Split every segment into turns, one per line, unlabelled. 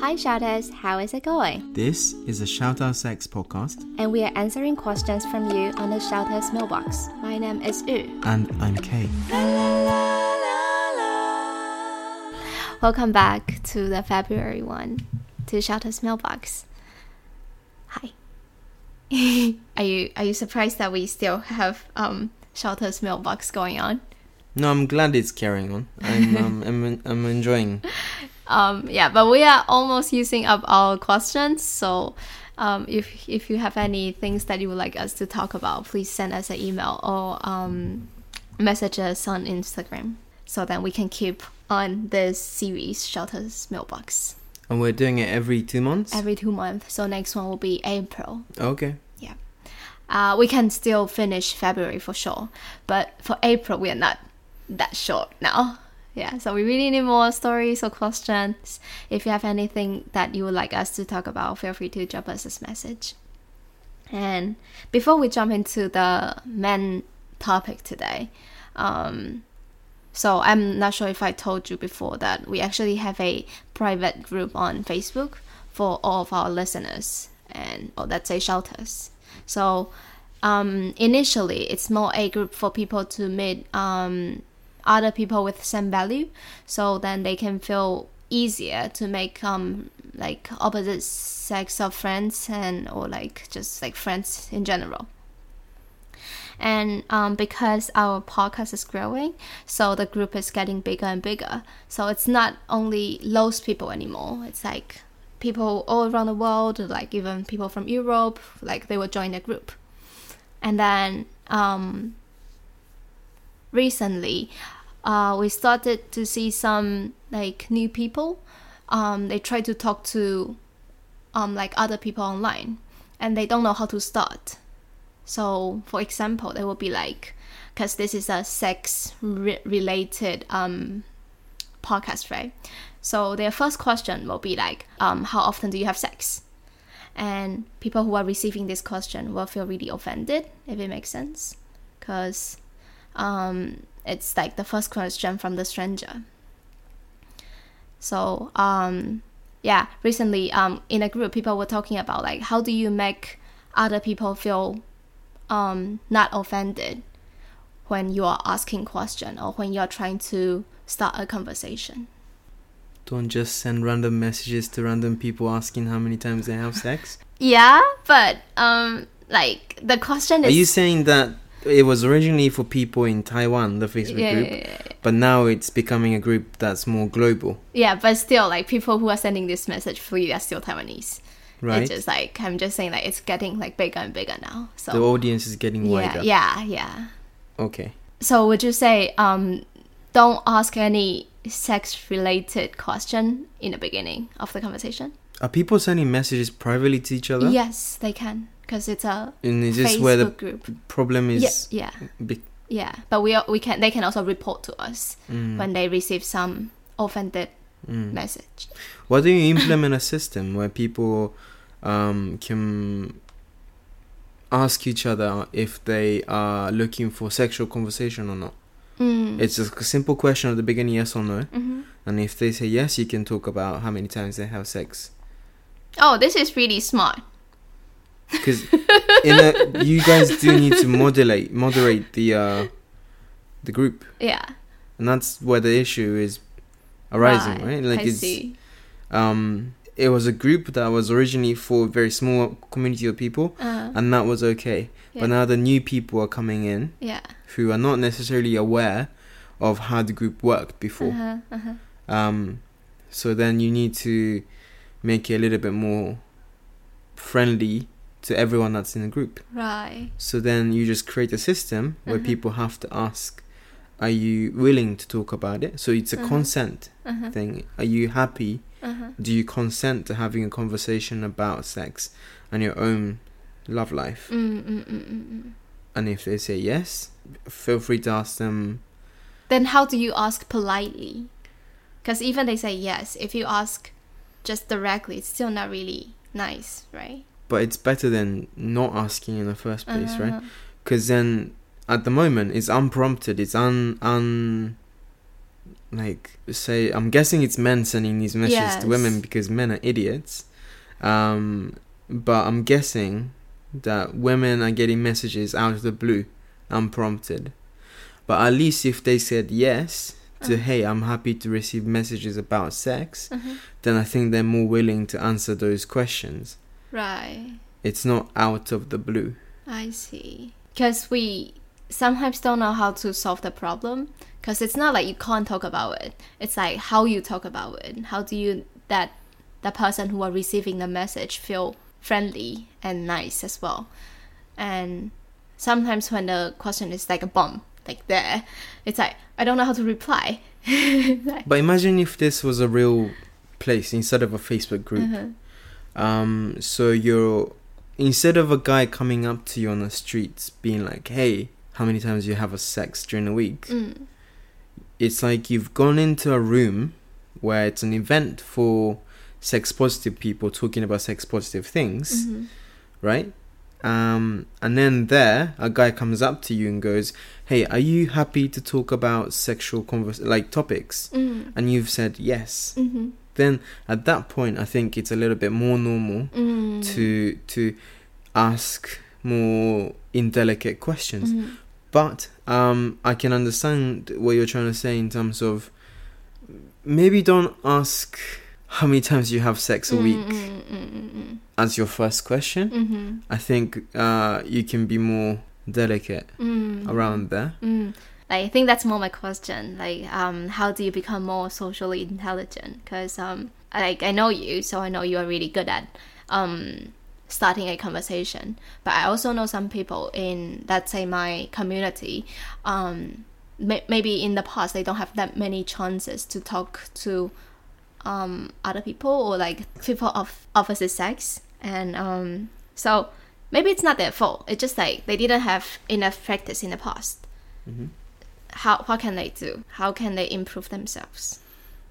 Hi, shouters, how is it going?
This is a Shout Out Sex podcast,
And we are answering questions from you on the shouters mailbox. My name is Yu.
and I'm Kay.
Welcome back to the February one, to shouters mailbox. Hi. are you are you surprised that we still have um shouters mailbox going on?
No, I'm glad it's carrying on. I'm um, I'm, I'm enjoying.
um yeah but we are almost using up our questions so um if if you have any things that you would like us to talk about please send us an email or um message us on instagram so that we can keep on this series shelters mailbox
And we're doing it every two months.
every two months so next one will be april
okay.
yeah uh, we can still finish february for sure but for april we are not that short now yeah so we really need more stories or questions if you have anything that you would like us to talk about feel free to drop us a message and before we jump into the main topic today um, so I'm not sure if I told you before that we actually have a private group on Facebook for all of our listeners and or let's say shelters. So um, initially, it's more a group for people to meet um, other people with same value, so then they can feel easier to make um, like opposite sex of friends and or like just like friends in general and um, because our podcast is growing so the group is getting bigger and bigger so it's not only those people anymore it's like people all around the world like even people from europe like they will join the group and then um, recently uh, we started to see some like new people um, they try to talk to um, like other people online and they don't know how to start so, for example, they will be like, because this is a sex re- related um, podcast, right? So, their first question will be like, um, How often do you have sex? And people who are receiving this question will feel really offended, if it makes sense. Because um, it's like the first question from the stranger. So um, yeah, recently um, in a group, people were talking about like how do you make other people feel um, not offended when you are asking question or when you are trying to start a conversation.
Don't just send random messages to random people asking how many times they have sex.
Yeah, but um, like the question
Are
is
you saying that it was originally for people in Taiwan, the Facebook
yeah,
group,
yeah, yeah, yeah.
but now it's becoming a group that's more global,
yeah, but still like people who are sending this message for you are still Taiwanese.
right?
It's just like I'm just saying like it's getting like bigger and bigger now. So
the audience is getting
yeah,
wider.
yeah, yeah.
Okay.
So would you say um, don't ask any sex-related question in the beginning of the conversation?
Are people sending messages privately to each other?
Yes, they can because it's a
And is this
Facebook
where the
group.
problem
Yeah,
is?
yeah,
Be-
yeah. But we are- we can they can also report to us
Mm,
when they receive some offended message.
Why don't you implement a system where people um, can ask each other if they are looking for sexual conversation or not?
Mm.
It's just a simple question at the beginning, yes or no.
hmm
And if they say yes, you can talk about how many times they have sex.
Oh, this is really smart.
Because you guys do need to modulate, moderate the uh, the group,
Yeah,
and that's where the issue is arising, right? Like
I
it's
see.
um, it was a group that was originally for a very small community of people,
Uh,
and that was okay.
Yeah.
But now the new people are coming in
yeah.
who are not necessarily aware of how the group worked before.
Uh-huh, uh-huh.
Um, so then you need to make it a little bit more friendly to everyone that's in the group.
Right.
So then you just create a system where
Uh-huh.
people have to ask, "Are you willing to talk about it?" So it's a
Uh-huh.
consent
Uh-huh,
thing. Are you happy?
uh-huh.
Do you consent to having a conversation about sex and your own love life?
Mm, mm, mm, mm, mm.
And if they say yes, feel free to ask them.
Then how do you ask politely? Because even they say yes, if you ask just directly, it's still not really nice, right?
But it's better than not asking in the first place, right? 'Cause right?
Uh-huh.
Because then at the moment it's unprompted, it's un un like say I'm guessing it's men sending these messages
Yes.
to women because men are idiots. Um, but I'm guessing that women are getting messages out of the blue, unprompted. But at least if they said yes to
Uh.
hey, I'm happy to receive messages about sex,
Mhm.
then I think they're more willing to answer those questions.
Right.
It's not out of the blue.
I see. Because we sometimes don't know how to solve the problem. Because it's not like you can't talk about it. It's like how you talk about it. How do you that the person who are receiving the message feel friendly and nice as well. And sometimes when the question is like a bomb, like there, it's like I don't know how to reply. Like,
But imagine if this was a real place instead of a Facebook group.
mhm.
Um, so you're instead of a guy coming up to you on the streets being like, "Hey, how many times you have a sex during a week?"
Mm.
It's like you've gone into a room where it's an event for sex positive people talking about sex positive things,
Mhm.
right? Um, and then there, a guy comes up to you and goes, "Hey, are you happy to talk about sexual convers like topics?"
Mm.
And you've said yes.
Mhm.
Then at that point, I think it's a little bit more normal
Mm.
to to ask more indelicate questions.
Mhm.
But um, I can understand what you're trying to say in terms of maybe don't ask how many times you have sex a week
Mm, mm, mm, mm,
as your first question.
mm. Mhm.
I think uh, you can be more delicate
Mm.
around there.
Mm. I think that's more my question. Like, um, how do you become more socially intelligent? Because, um, like, I know you, so I know you are really good at um, starting a conversation. But I also know some people in, let's say, my community. Um, may- maybe in the past they don't have that many chances to talk to um, other people or like people of opposite sex. And um, so maybe it's not their fault. It's just like they didn't have enough practice in the past.
Mhm.
How what can they do? How can they improve themselves?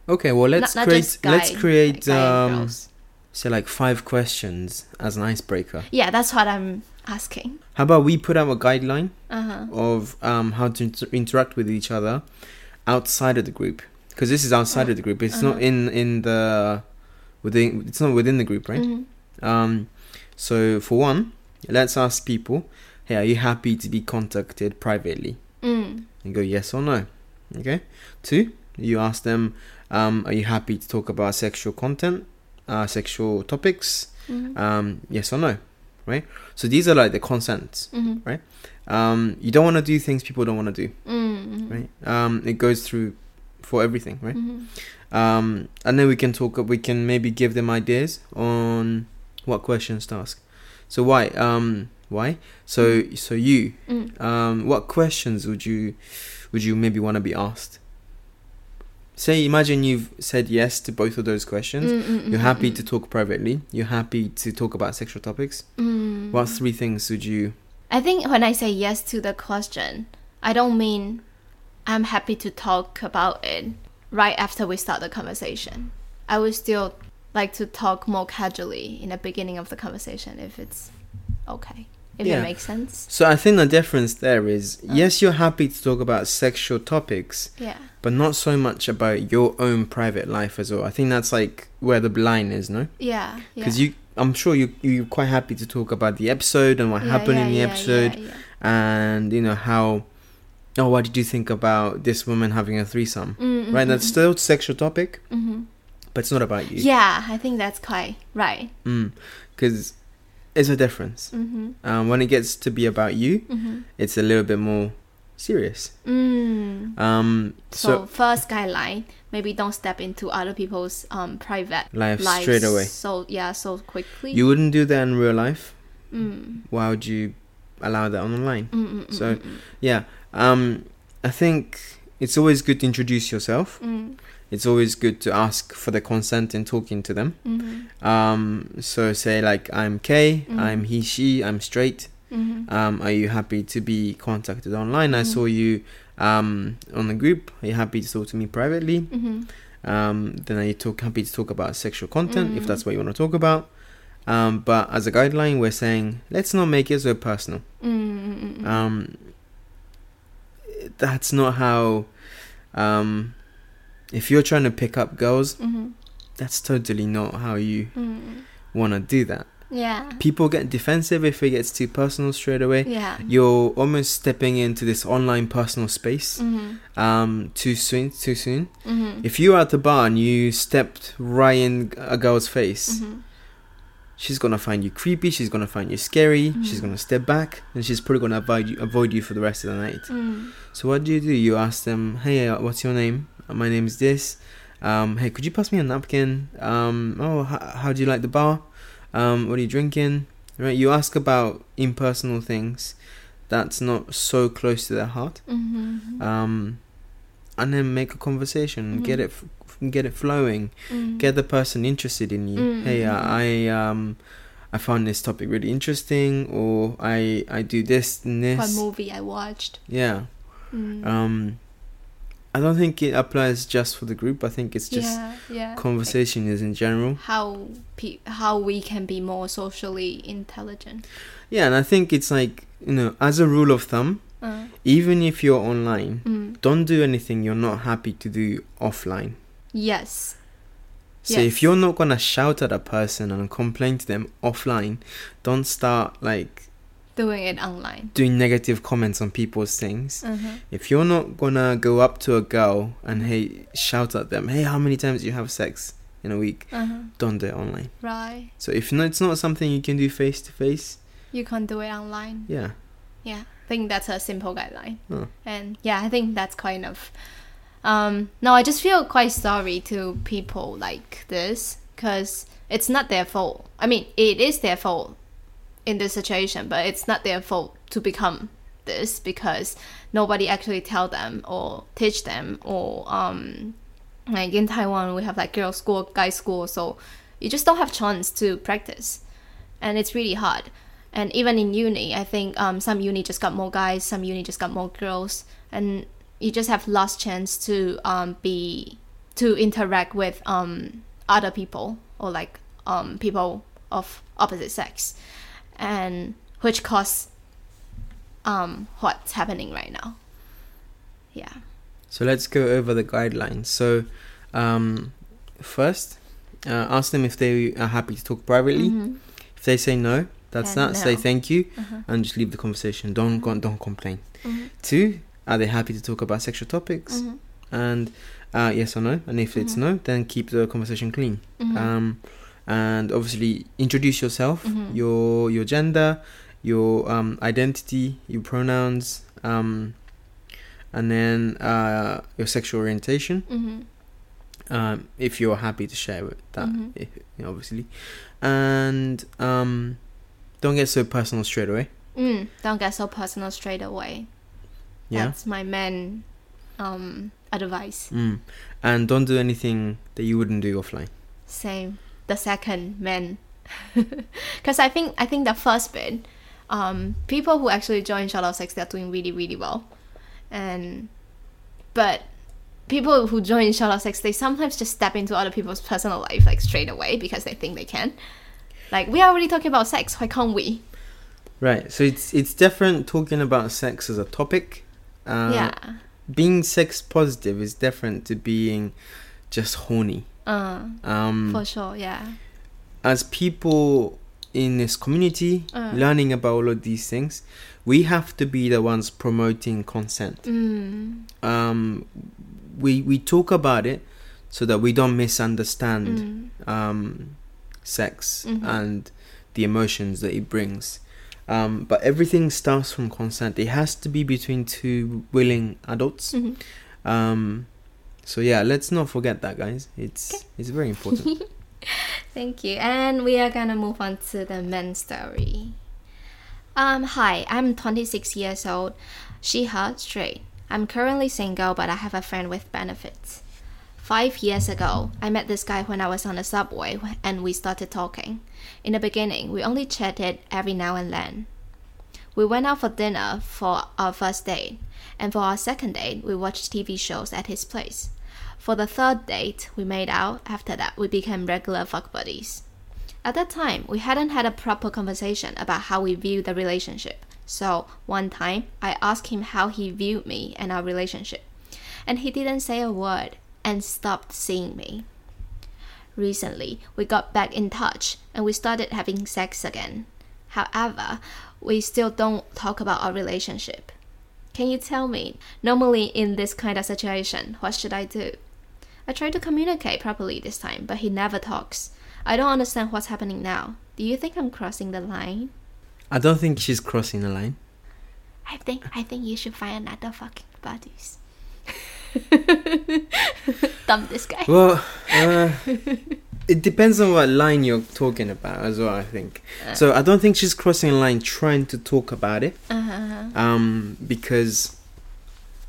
Okay, well let's
Not- not
create
just
let's
guy-
create
guy and
um,
girls.
say like five questions as an icebreaker.
Yeah, that's what I'm asking.
How about we put out a guideline?
Uh huh.
of um, how to inter- interact with each other outside of the group because this is outside of the group it's not
Uh-huh.
in in the within it's not within the group right
Mm-hmm.
um so for one let's ask people hey are you happy to be contacted privately
Mm.
and go yes or no okay two you ask them um, are you happy to talk about sexual content uh, sexual topics
Mm.
um, yes or no right so these are like the consents
Mm.
um, you don't want to do things people don't want to do
Mm.
right? Um, it goes through for everything, right?
Mm.
Um, and then we can talk. We can maybe give them ideas on what questions to ask. So why? Um, why? So so you,
Mm.
um, what questions would you would you maybe want to be asked? Say, imagine you've said yes to both of those questions.
Mm, mm,
You're
mm,
happy
mm,
to talk privately. You're happy to talk about sexual topics.
Mm.
What three things would you?
I think when I say yes to the question, I don't mean I'm happy to talk about it right after we start the conversation. I would still like to talk more casually in the beginning of the conversation if it's okay. If
Yeah.
it makes sense.
So I think the difference there is
Uh.
yes, you're happy to talk about sexual topics,
Yeah.
but not so much about your own private life as well. I think that's like where the line is, no?
Yeah. yeah.
Because you, I'm sure you you're quite happy to talk about the episode and what
Yeah,
happened
yeah,
in the
yeah,
episode,
yeah, yeah.
and you know how, oh, what did you think about this woman having a threesome?
Mm, mm,
Right, that's
mm,
still a sexual topic,
mhm.
but it's not about you.
Yeah, I think that's quite right.
Because it's a difference.
Mm-hmm.
Um, when it gets to be about you,
Mm-hmm.
it's a little bit more serious.
Mm.
Um,
So,
so,
first guideline, maybe don't step into other people's um private
Life
lives
straight away.
So yeah, so quickly.
you wouldn't do that in real life.
mm,
Why would you allow that online?
mm, mm, mm,
So-
mm, mm,
Yeah. Um, I think it's always good to introduce yourself.
mm,
It's always good to ask for the consent in talking to them.
mhm,
Um, so say like, I'm K,
Mhm.
am he, she, I'm straight.
mhm,
Um, are you happy to be contacted online? I
Mhm.
saw you um, on the group. Are you happy to talk to me privately?
mhm,
Um, then are you talk, happy to talk about sexual content if
Mm.
that's what you want to talk about? Um, but as a guideline, we're saying let's not make it so personal.
mm, mm, mm, mm.
Uh, um that's not how um if you're trying to pick up girls,
hmm
that's totally not how you
Mm.
want to do that.
Yeah.
People get defensive if it gets too personal straight away.
Yeah.
You're almost stepping into this online personal space
Mm-hmm.
um, too soon. Too soon.
Mm-hmm.
If you were at the bar and you stepped right in a girl's face,
hmm
she's gonna find you creepy. She's gonna find you scary. She's
Mhm.
gonna step back, and she's probably gonna avoid you, avoid you for the rest of the night.
Mm.
So what do you do? You ask them, "Hey, uh, what's your name? Uh, My name is this. Um, hey, could you pass me a napkin? Um, oh, h- how do you like the bar? Um, what are you drinking? Right? You ask about impersonal things that's not so close to their heart,
Mm-hmm.
um, and then make a conversation,
Mhm.
get it, f- f- get it flowing,
mm.
get the person interested in you.
Mm,
Hey, uh,
mhm.
I um, I found this topic really interesting, or I I do this and
what
this.
movie I watched.
Yeah.
Mm.
Um, I don't think it applies just for the group. I think it's just
yeah, yeah.
conversation is in general.
how pe- how we can be more socially intelligent.
Yeah, and I think it's like you know, as a rule of thumb,
Uh,
even if you're online,
mm.
don't do anything you're not happy to do offline.
Yes.
So
Yes.
if you're not gonna shout at a person and complain to them offline, don't start like
Doing it online.
doing negative comments on people's things.
Uh-huh.
If you're not gonna go up to a girl and hey shout at them, hey, how many times do you have sex in a week?
Uh-huh.
Don't do it online.
Right.
So if no, it's not something you can do face to face,
You can't do it online.
yeah,
Yeah. I think that's a simple guideline.
Oh.
And yeah, I think that's quite enough. Um, no, I just feel quite sorry to people like this because it's not their fault. I mean, it is their fault in this situation, but it's not their fault to become this because nobody actually tell them or teach them or um, like in Taiwan we have like girls school, guy school, so you just don't have chance to practice, and it's really hard. And even in uni, I think um, some uni just got more guys, some uni just got more girls, and you just have less chance to um, be to interact with um, other people or like um, people of opposite sex, and which cause um, what's happening right now. Yeah.
So let's go over the guidelines. So um, first, uh, ask them if they are happy to talk privately.
Mhm.
If they say no, that's
Then
that. Say
no.
thank you
Uh-huh.
and just leave the conversation. Don't go, don't complain.
Mhm.
Two, are they happy to talk about sexual topics?
Mhm.
And uh, yes or no. And if it's
Mhm.
no, then keep the conversation clean.
Mhm.
Um, and obviously introduce yourself,
Mhm.
your your gender, your um, identity, your pronouns, um, and then uh, your sexual orientation.
Mhm.
Um, if you're happy to share with that,
Mhm.
i- you know, obviously, and um, don't get so personal straight away.
Mm, don't get so personal straight away.
Yeah.
That's my main um, advice.
Mm. And don't do anything that you wouldn't do offline.
Same. The second man, because I think I think the first bit, um, people who actually join Shadow Sex they're doing really really well, and but people who join Shadow Sex they sometimes just step into other people's personal life like straight away because they think they can. Like we are already talking about sex, why can't we?
Right. So it's it's different talking about sex as a topic. Uh,
yeah.
Being sex positive is different to being just horny.
Uh,
Um,
for sure. Yeah.
as people in this community
Uh.
learning about all of these things we have to be the ones promoting consent
Mm.
um, we we talk about it so that we don't misunderstand
mm.
um, sex
Mhm.
and the emotions that it brings um, but everything starts from consent it has to be between two willing adults
Mhm.
um, so yeah let's not forget that guys it's it's very important
Thank you. And we are gonna move on to the men's story. Um, hi, I'm 26 years old. She, her, straight. I'm currently single, but I have a friend with benefits. Five years ago, I met this guy when I was on the subway wh- and we started talking. In the beginning, we only chatted every now and then. We went out for dinner for our first date, and for our second date, we watched TV shows at his place. For the third date, we made out. After that, we became regular fuck buddies. At that time, we hadn't had a proper conversation about how we view the relationship. So, one time, I asked him how he viewed me and our relationship, and he didn't say a word. and stopped seeing me. Recently, we got back in touch and we started having sex again. However, we still don't talk about our relationship. Can you tell me, normally in this kind of situation, what should I do? I tried to communicate properly this time, but he never talks. I don't understand what's happening now. Do you think I'm crossing the line?
I don't think she's crossing the line.
I think I think you should find another fucking buddies. Dump this guy.
Well, uh, it depends on what line you're talking about as well. I think so. I don't think she's crossing a line trying to talk about it,
Uh-huh.
um, because,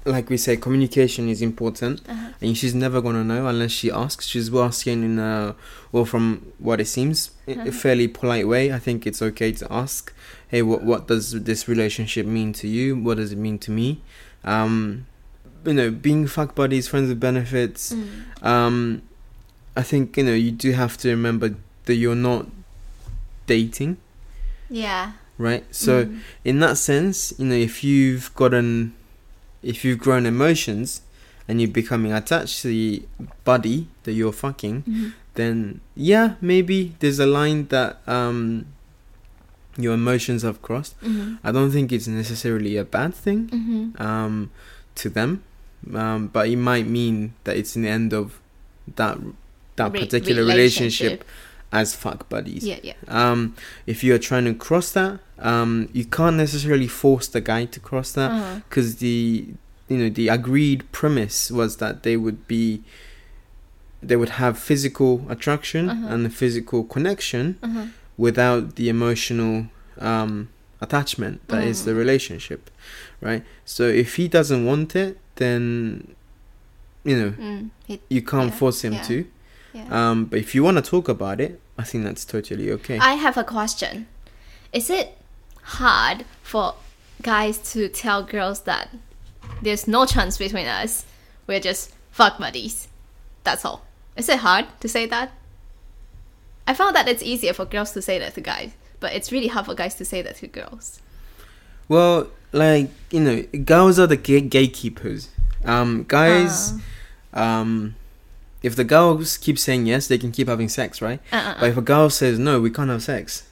like we said, communication is important,
Uh-huh.
and she's never gonna know unless she asks. She's asking in a well, from what it seems, i- a
Uh-huh.
fairly polite way. I think it's okay to ask, "Hey, what what does this relationship mean to you? What does it mean to me?" Um, you know, being fuck buddies, friends with benefits.
Mm.
Um, I think you know you do have to remember that you're not dating,
Yeah.
right? So
Mm.
in that sense, you know, if you've gotten, if you've grown emotions, and you're becoming attached to the buddy that you're fucking,
Mhm.
then yeah, maybe there's a line that um, your emotions have crossed.
Mhm.
I don't think it's necessarily a bad thing
Mhm.
um, to them, um, but it might mean that it's an end of that that
Re-
particular relationship, as fuck buddies.
Yeah, yeah.
Um, if you are trying to cross that, um, you can't necessarily force the guy to cross that
Uh-huh.
because the you know the agreed premise was that they would be they would have physical attraction
Uh-huh.
and a physical connection
Uh-huh.
without the emotional um, attachment that is the
Mm.
relationship, right? So if he doesn't want it, then you know
Mm. It,
you can't
Yeah,
force him
yeah,
to.
yeah.
Um, but if you want to talk about it, I think that's totally okay.
I have a question. Is it hard for guys to tell girls that there's no chance between us? We're just fuck buddies. That's all. Is it hard to say that? I found that it's easier for girls to say that to guys, but it's really hard for guys to say that to girls.
Well, like you know, girls are the ga- gatekeepers. Um, guys, um, if the girls keep saying yes, they can keep having sex, right?
Uh, uh,
But if a girl says no, we can't have sex.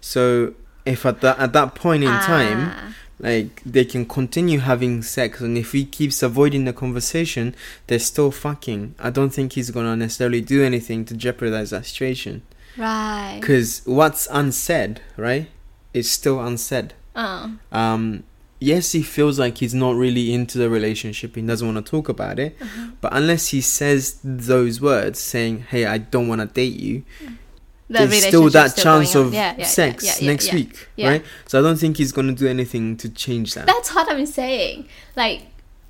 So if at that at that point in
Ah.
time, like they can continue having sex, and if he keeps avoiding the conversation, they're still fucking. I don't think he's gonna necessarily do anything to jeopardize that situation.
right.
Because what's unsaid, right, is still unsaid
Uh,
um yes he feels like he's not really into the relationship he doesn't want to talk about it
uh-huh.
but unless he says those words saying hey i don't want to date you
The
there's still that
relationship's still
chance
going on.
of
Yeah, yeah, yeah,
sex
yeah, yeah,
next
yeah.
week
yeah.
right so i don't think he's going to do anything to change that,
That's what I'm saying. Like,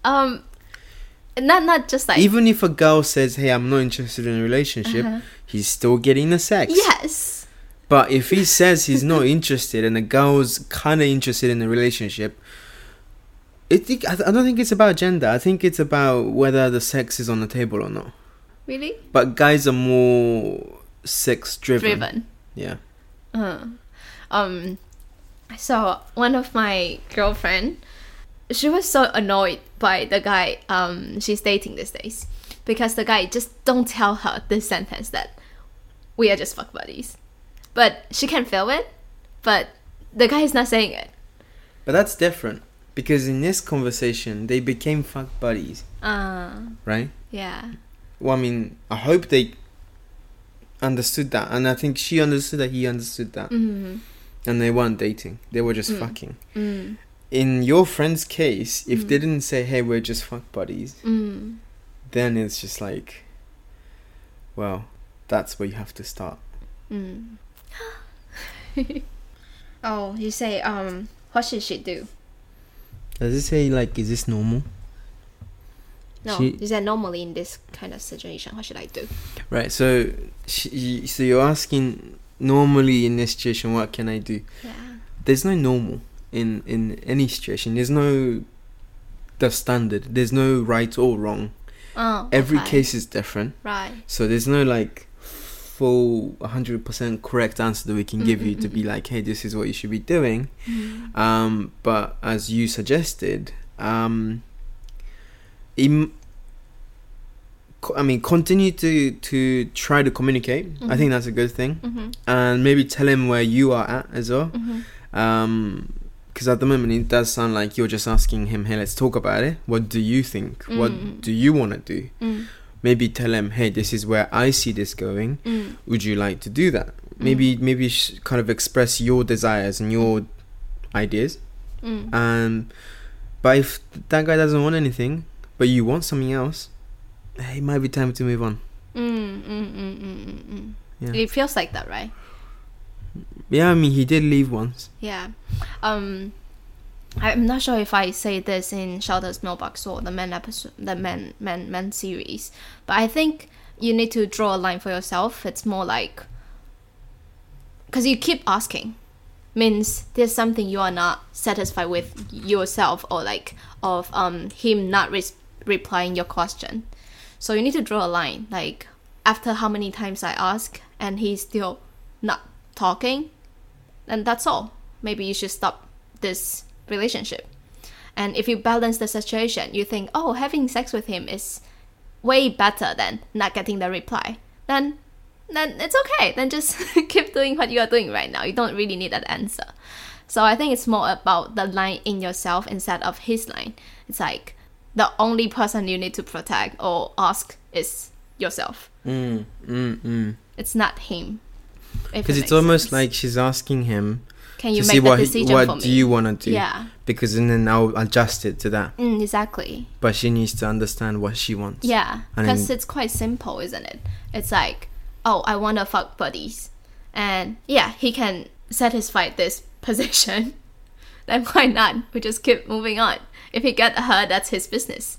um, not not just like
even if a girl says hey i'm not interested in a relationship
Uh-huh.
he's still getting the sex
Yes.
but if he says he's not interested and the girl's kind of interested in the relationship it, it, I I don't think it's about gender. I think it's about whether the sex is on the table or not.
Really?
But guys are more sex driven.
Driven.
Yeah.
Uh. Um so one of my girlfriend she was so annoyed by the guy um she's dating these days because the guy just don't tell her this sentence that we are just fuck buddies. But she can feel it, but the guy is not saying it.
But that's different because in this conversation they became fuck buddies,
Uh
right?
yeah.
Well, I mean, I hope they understood that and I think she understood that he understood that
Mm.
and they weren't dating. They were just fucking.
Mm.
In your friend's case, if they didn't say, "Hey, we're just fuck buddies,"
Mm.
then it's just like well, that's where you have to start.
Mm. oh, you say um what should she do?
Does it say like is this normal?
No,
She-
is that normally in this kind of situation? What should I do?
Right. So, sh- y- so you're asking normally in this situation, what can I do?
Yeah.
There's no normal in in any situation. There's no the standard. There's no right or wrong.
Oh,
Every
okay.
case is different.
Right.
So there's no like full 100% correct answer that we can give you to be like, hey, this is what you should be doing.
Mm.
Um, but as you suggested, um, im- co- I mean, continue to to try to communicate. I
Mhm.
think that's a good thing,
Mm-hmm.
and maybe tell him where you are at as well.
Mm-hmm.
Um 'cause because at the moment it does sound like you're just asking him, "Hey, let's talk about it. What do you think? What
Mm.
do you want to do?"
Mm,
Maybe tell him, "Hey, this is where I see this going.
mm,
Would you like to do that?" Maybe maybe sh- kind of express your desires and your ideas.
mm,
Um, but if that guy doesn't want anything, but you want something else, it might be time to move on.
mm, mm, mm, mm, mm, mm.
Yeah.
It feels like that, right?
yeah, I mean, he did leave once.
Yeah. Um, I'm not sure if I say this in Shelter's Mailbox or the men episode, the men men men series, but I think you need to draw a line for yourself. It's more like because you keep asking means there's something you are not satisfied with yourself or like of um him not res- replying your question. So you need to draw a line. Like after how many times I ask and he's still not talking, and that's all. Maybe you should stop this relationship. And if you balance the situation, you think, oh, having sex with him is way better than not getting the reply. Then, then it's okay. Then just keep doing what you are doing right now. You don't really need that answer. So I think it's more about the line in yourself instead of his line. It's like the only person you need to protect or ask is yourself.
Mm, mm, mm.
It's not him. If
Because
it makes
it's almost
sense.
like she's asking him
can you
to
make
see
that
what he,
decision for
what
me?
do you want to do.
Yeah,
Because and then I'll adjust it to that.
mm, exactly.
But she needs to understand what she wants.
Yeah,
And
because
then-
it's quite simple, isn't it? It's like, oh, I want to fuck buddies, and yeah, he can satisfy this position. then why not? We just keep moving on. If he get her, that's his business.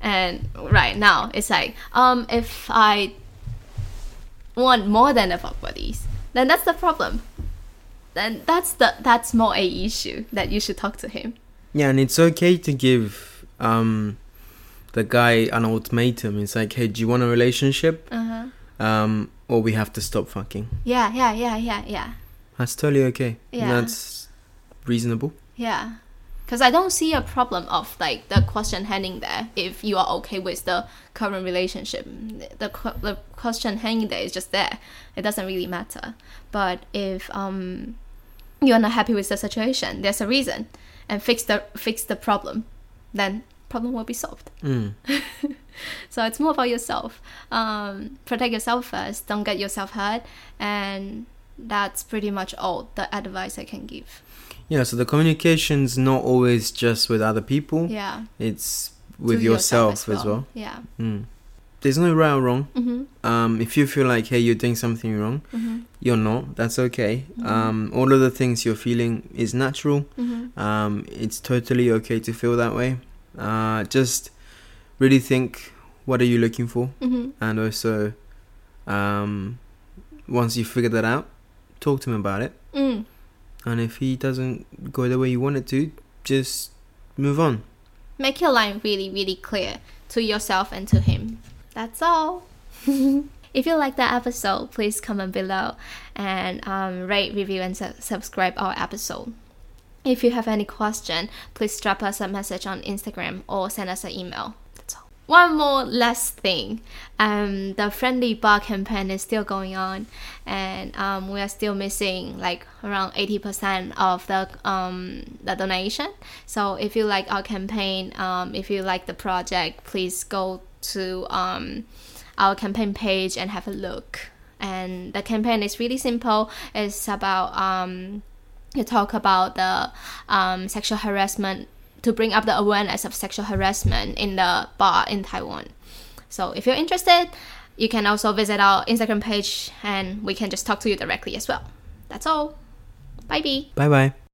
And right now, it's like, um, if I want more than a fuck buddies, then that's the problem. Then that's the that's more a issue that you should talk to him.
Yeah, and it's okay to give um, the guy an ultimatum. It's like, hey, do you want a relationship?
Uh huh.
Um, or we have to stop fucking.
Yeah, yeah, yeah, yeah, yeah.
That's totally okay.
Yeah.
That's reasonable.
Yeah. Because I don't see a problem of like the question hanging there if you are okay with the current relationship. The, que- the question hanging there is just there. It doesn't really matter. But if um, you're not happy with the situation, there's a reason. And fix the, fix the problem. Then problem will be solved.
Mm.
So it's more about yourself. Um, protect yourself first. Don't get yourself hurt. And that's pretty much all the advice I can give.
Yeah, so the communication's not always just with other people.
Yeah.
It's Mm-hmm. with
to
yourself, as well.
Yeah.
Mm. There's no right or wrong.
Mm-hmm.
Um, if you feel like, hey, you're doing something wrong,
Mm-hmm.
you're not. That's okay. Um, all of the things you're feeling is natural.
Mm-hmm.
Um, it's totally okay to feel that way. Uh, just really think what are you looking for,
Mm-hmm.
and also, um, once you figure that out, talk to him about it.
Mm.
And if he doesn't go the way you want it to, just move on.
Make your line really, really clear to yourself and to him. That's all. if you like that episode, please comment below and um, rate, review, and su- subscribe our episode. If you have any question, please drop us a message on Instagram or send us an email. That's all. One more last thing. Um, the friendly bar campaign is still going on, and um, we are still missing like around 80% of the um, the donation. So if you like our campaign, um, if you like the project, please go to um, our campaign page and have a look. And the campaign is really simple. It's about um, you talk about the um, sexual harassment to bring up the awareness of sexual harassment in the bar in Taiwan. So if you're interested, you can also visit our Instagram page and we can just talk to you directly as well. That's all. Bye bye.
Bye bye.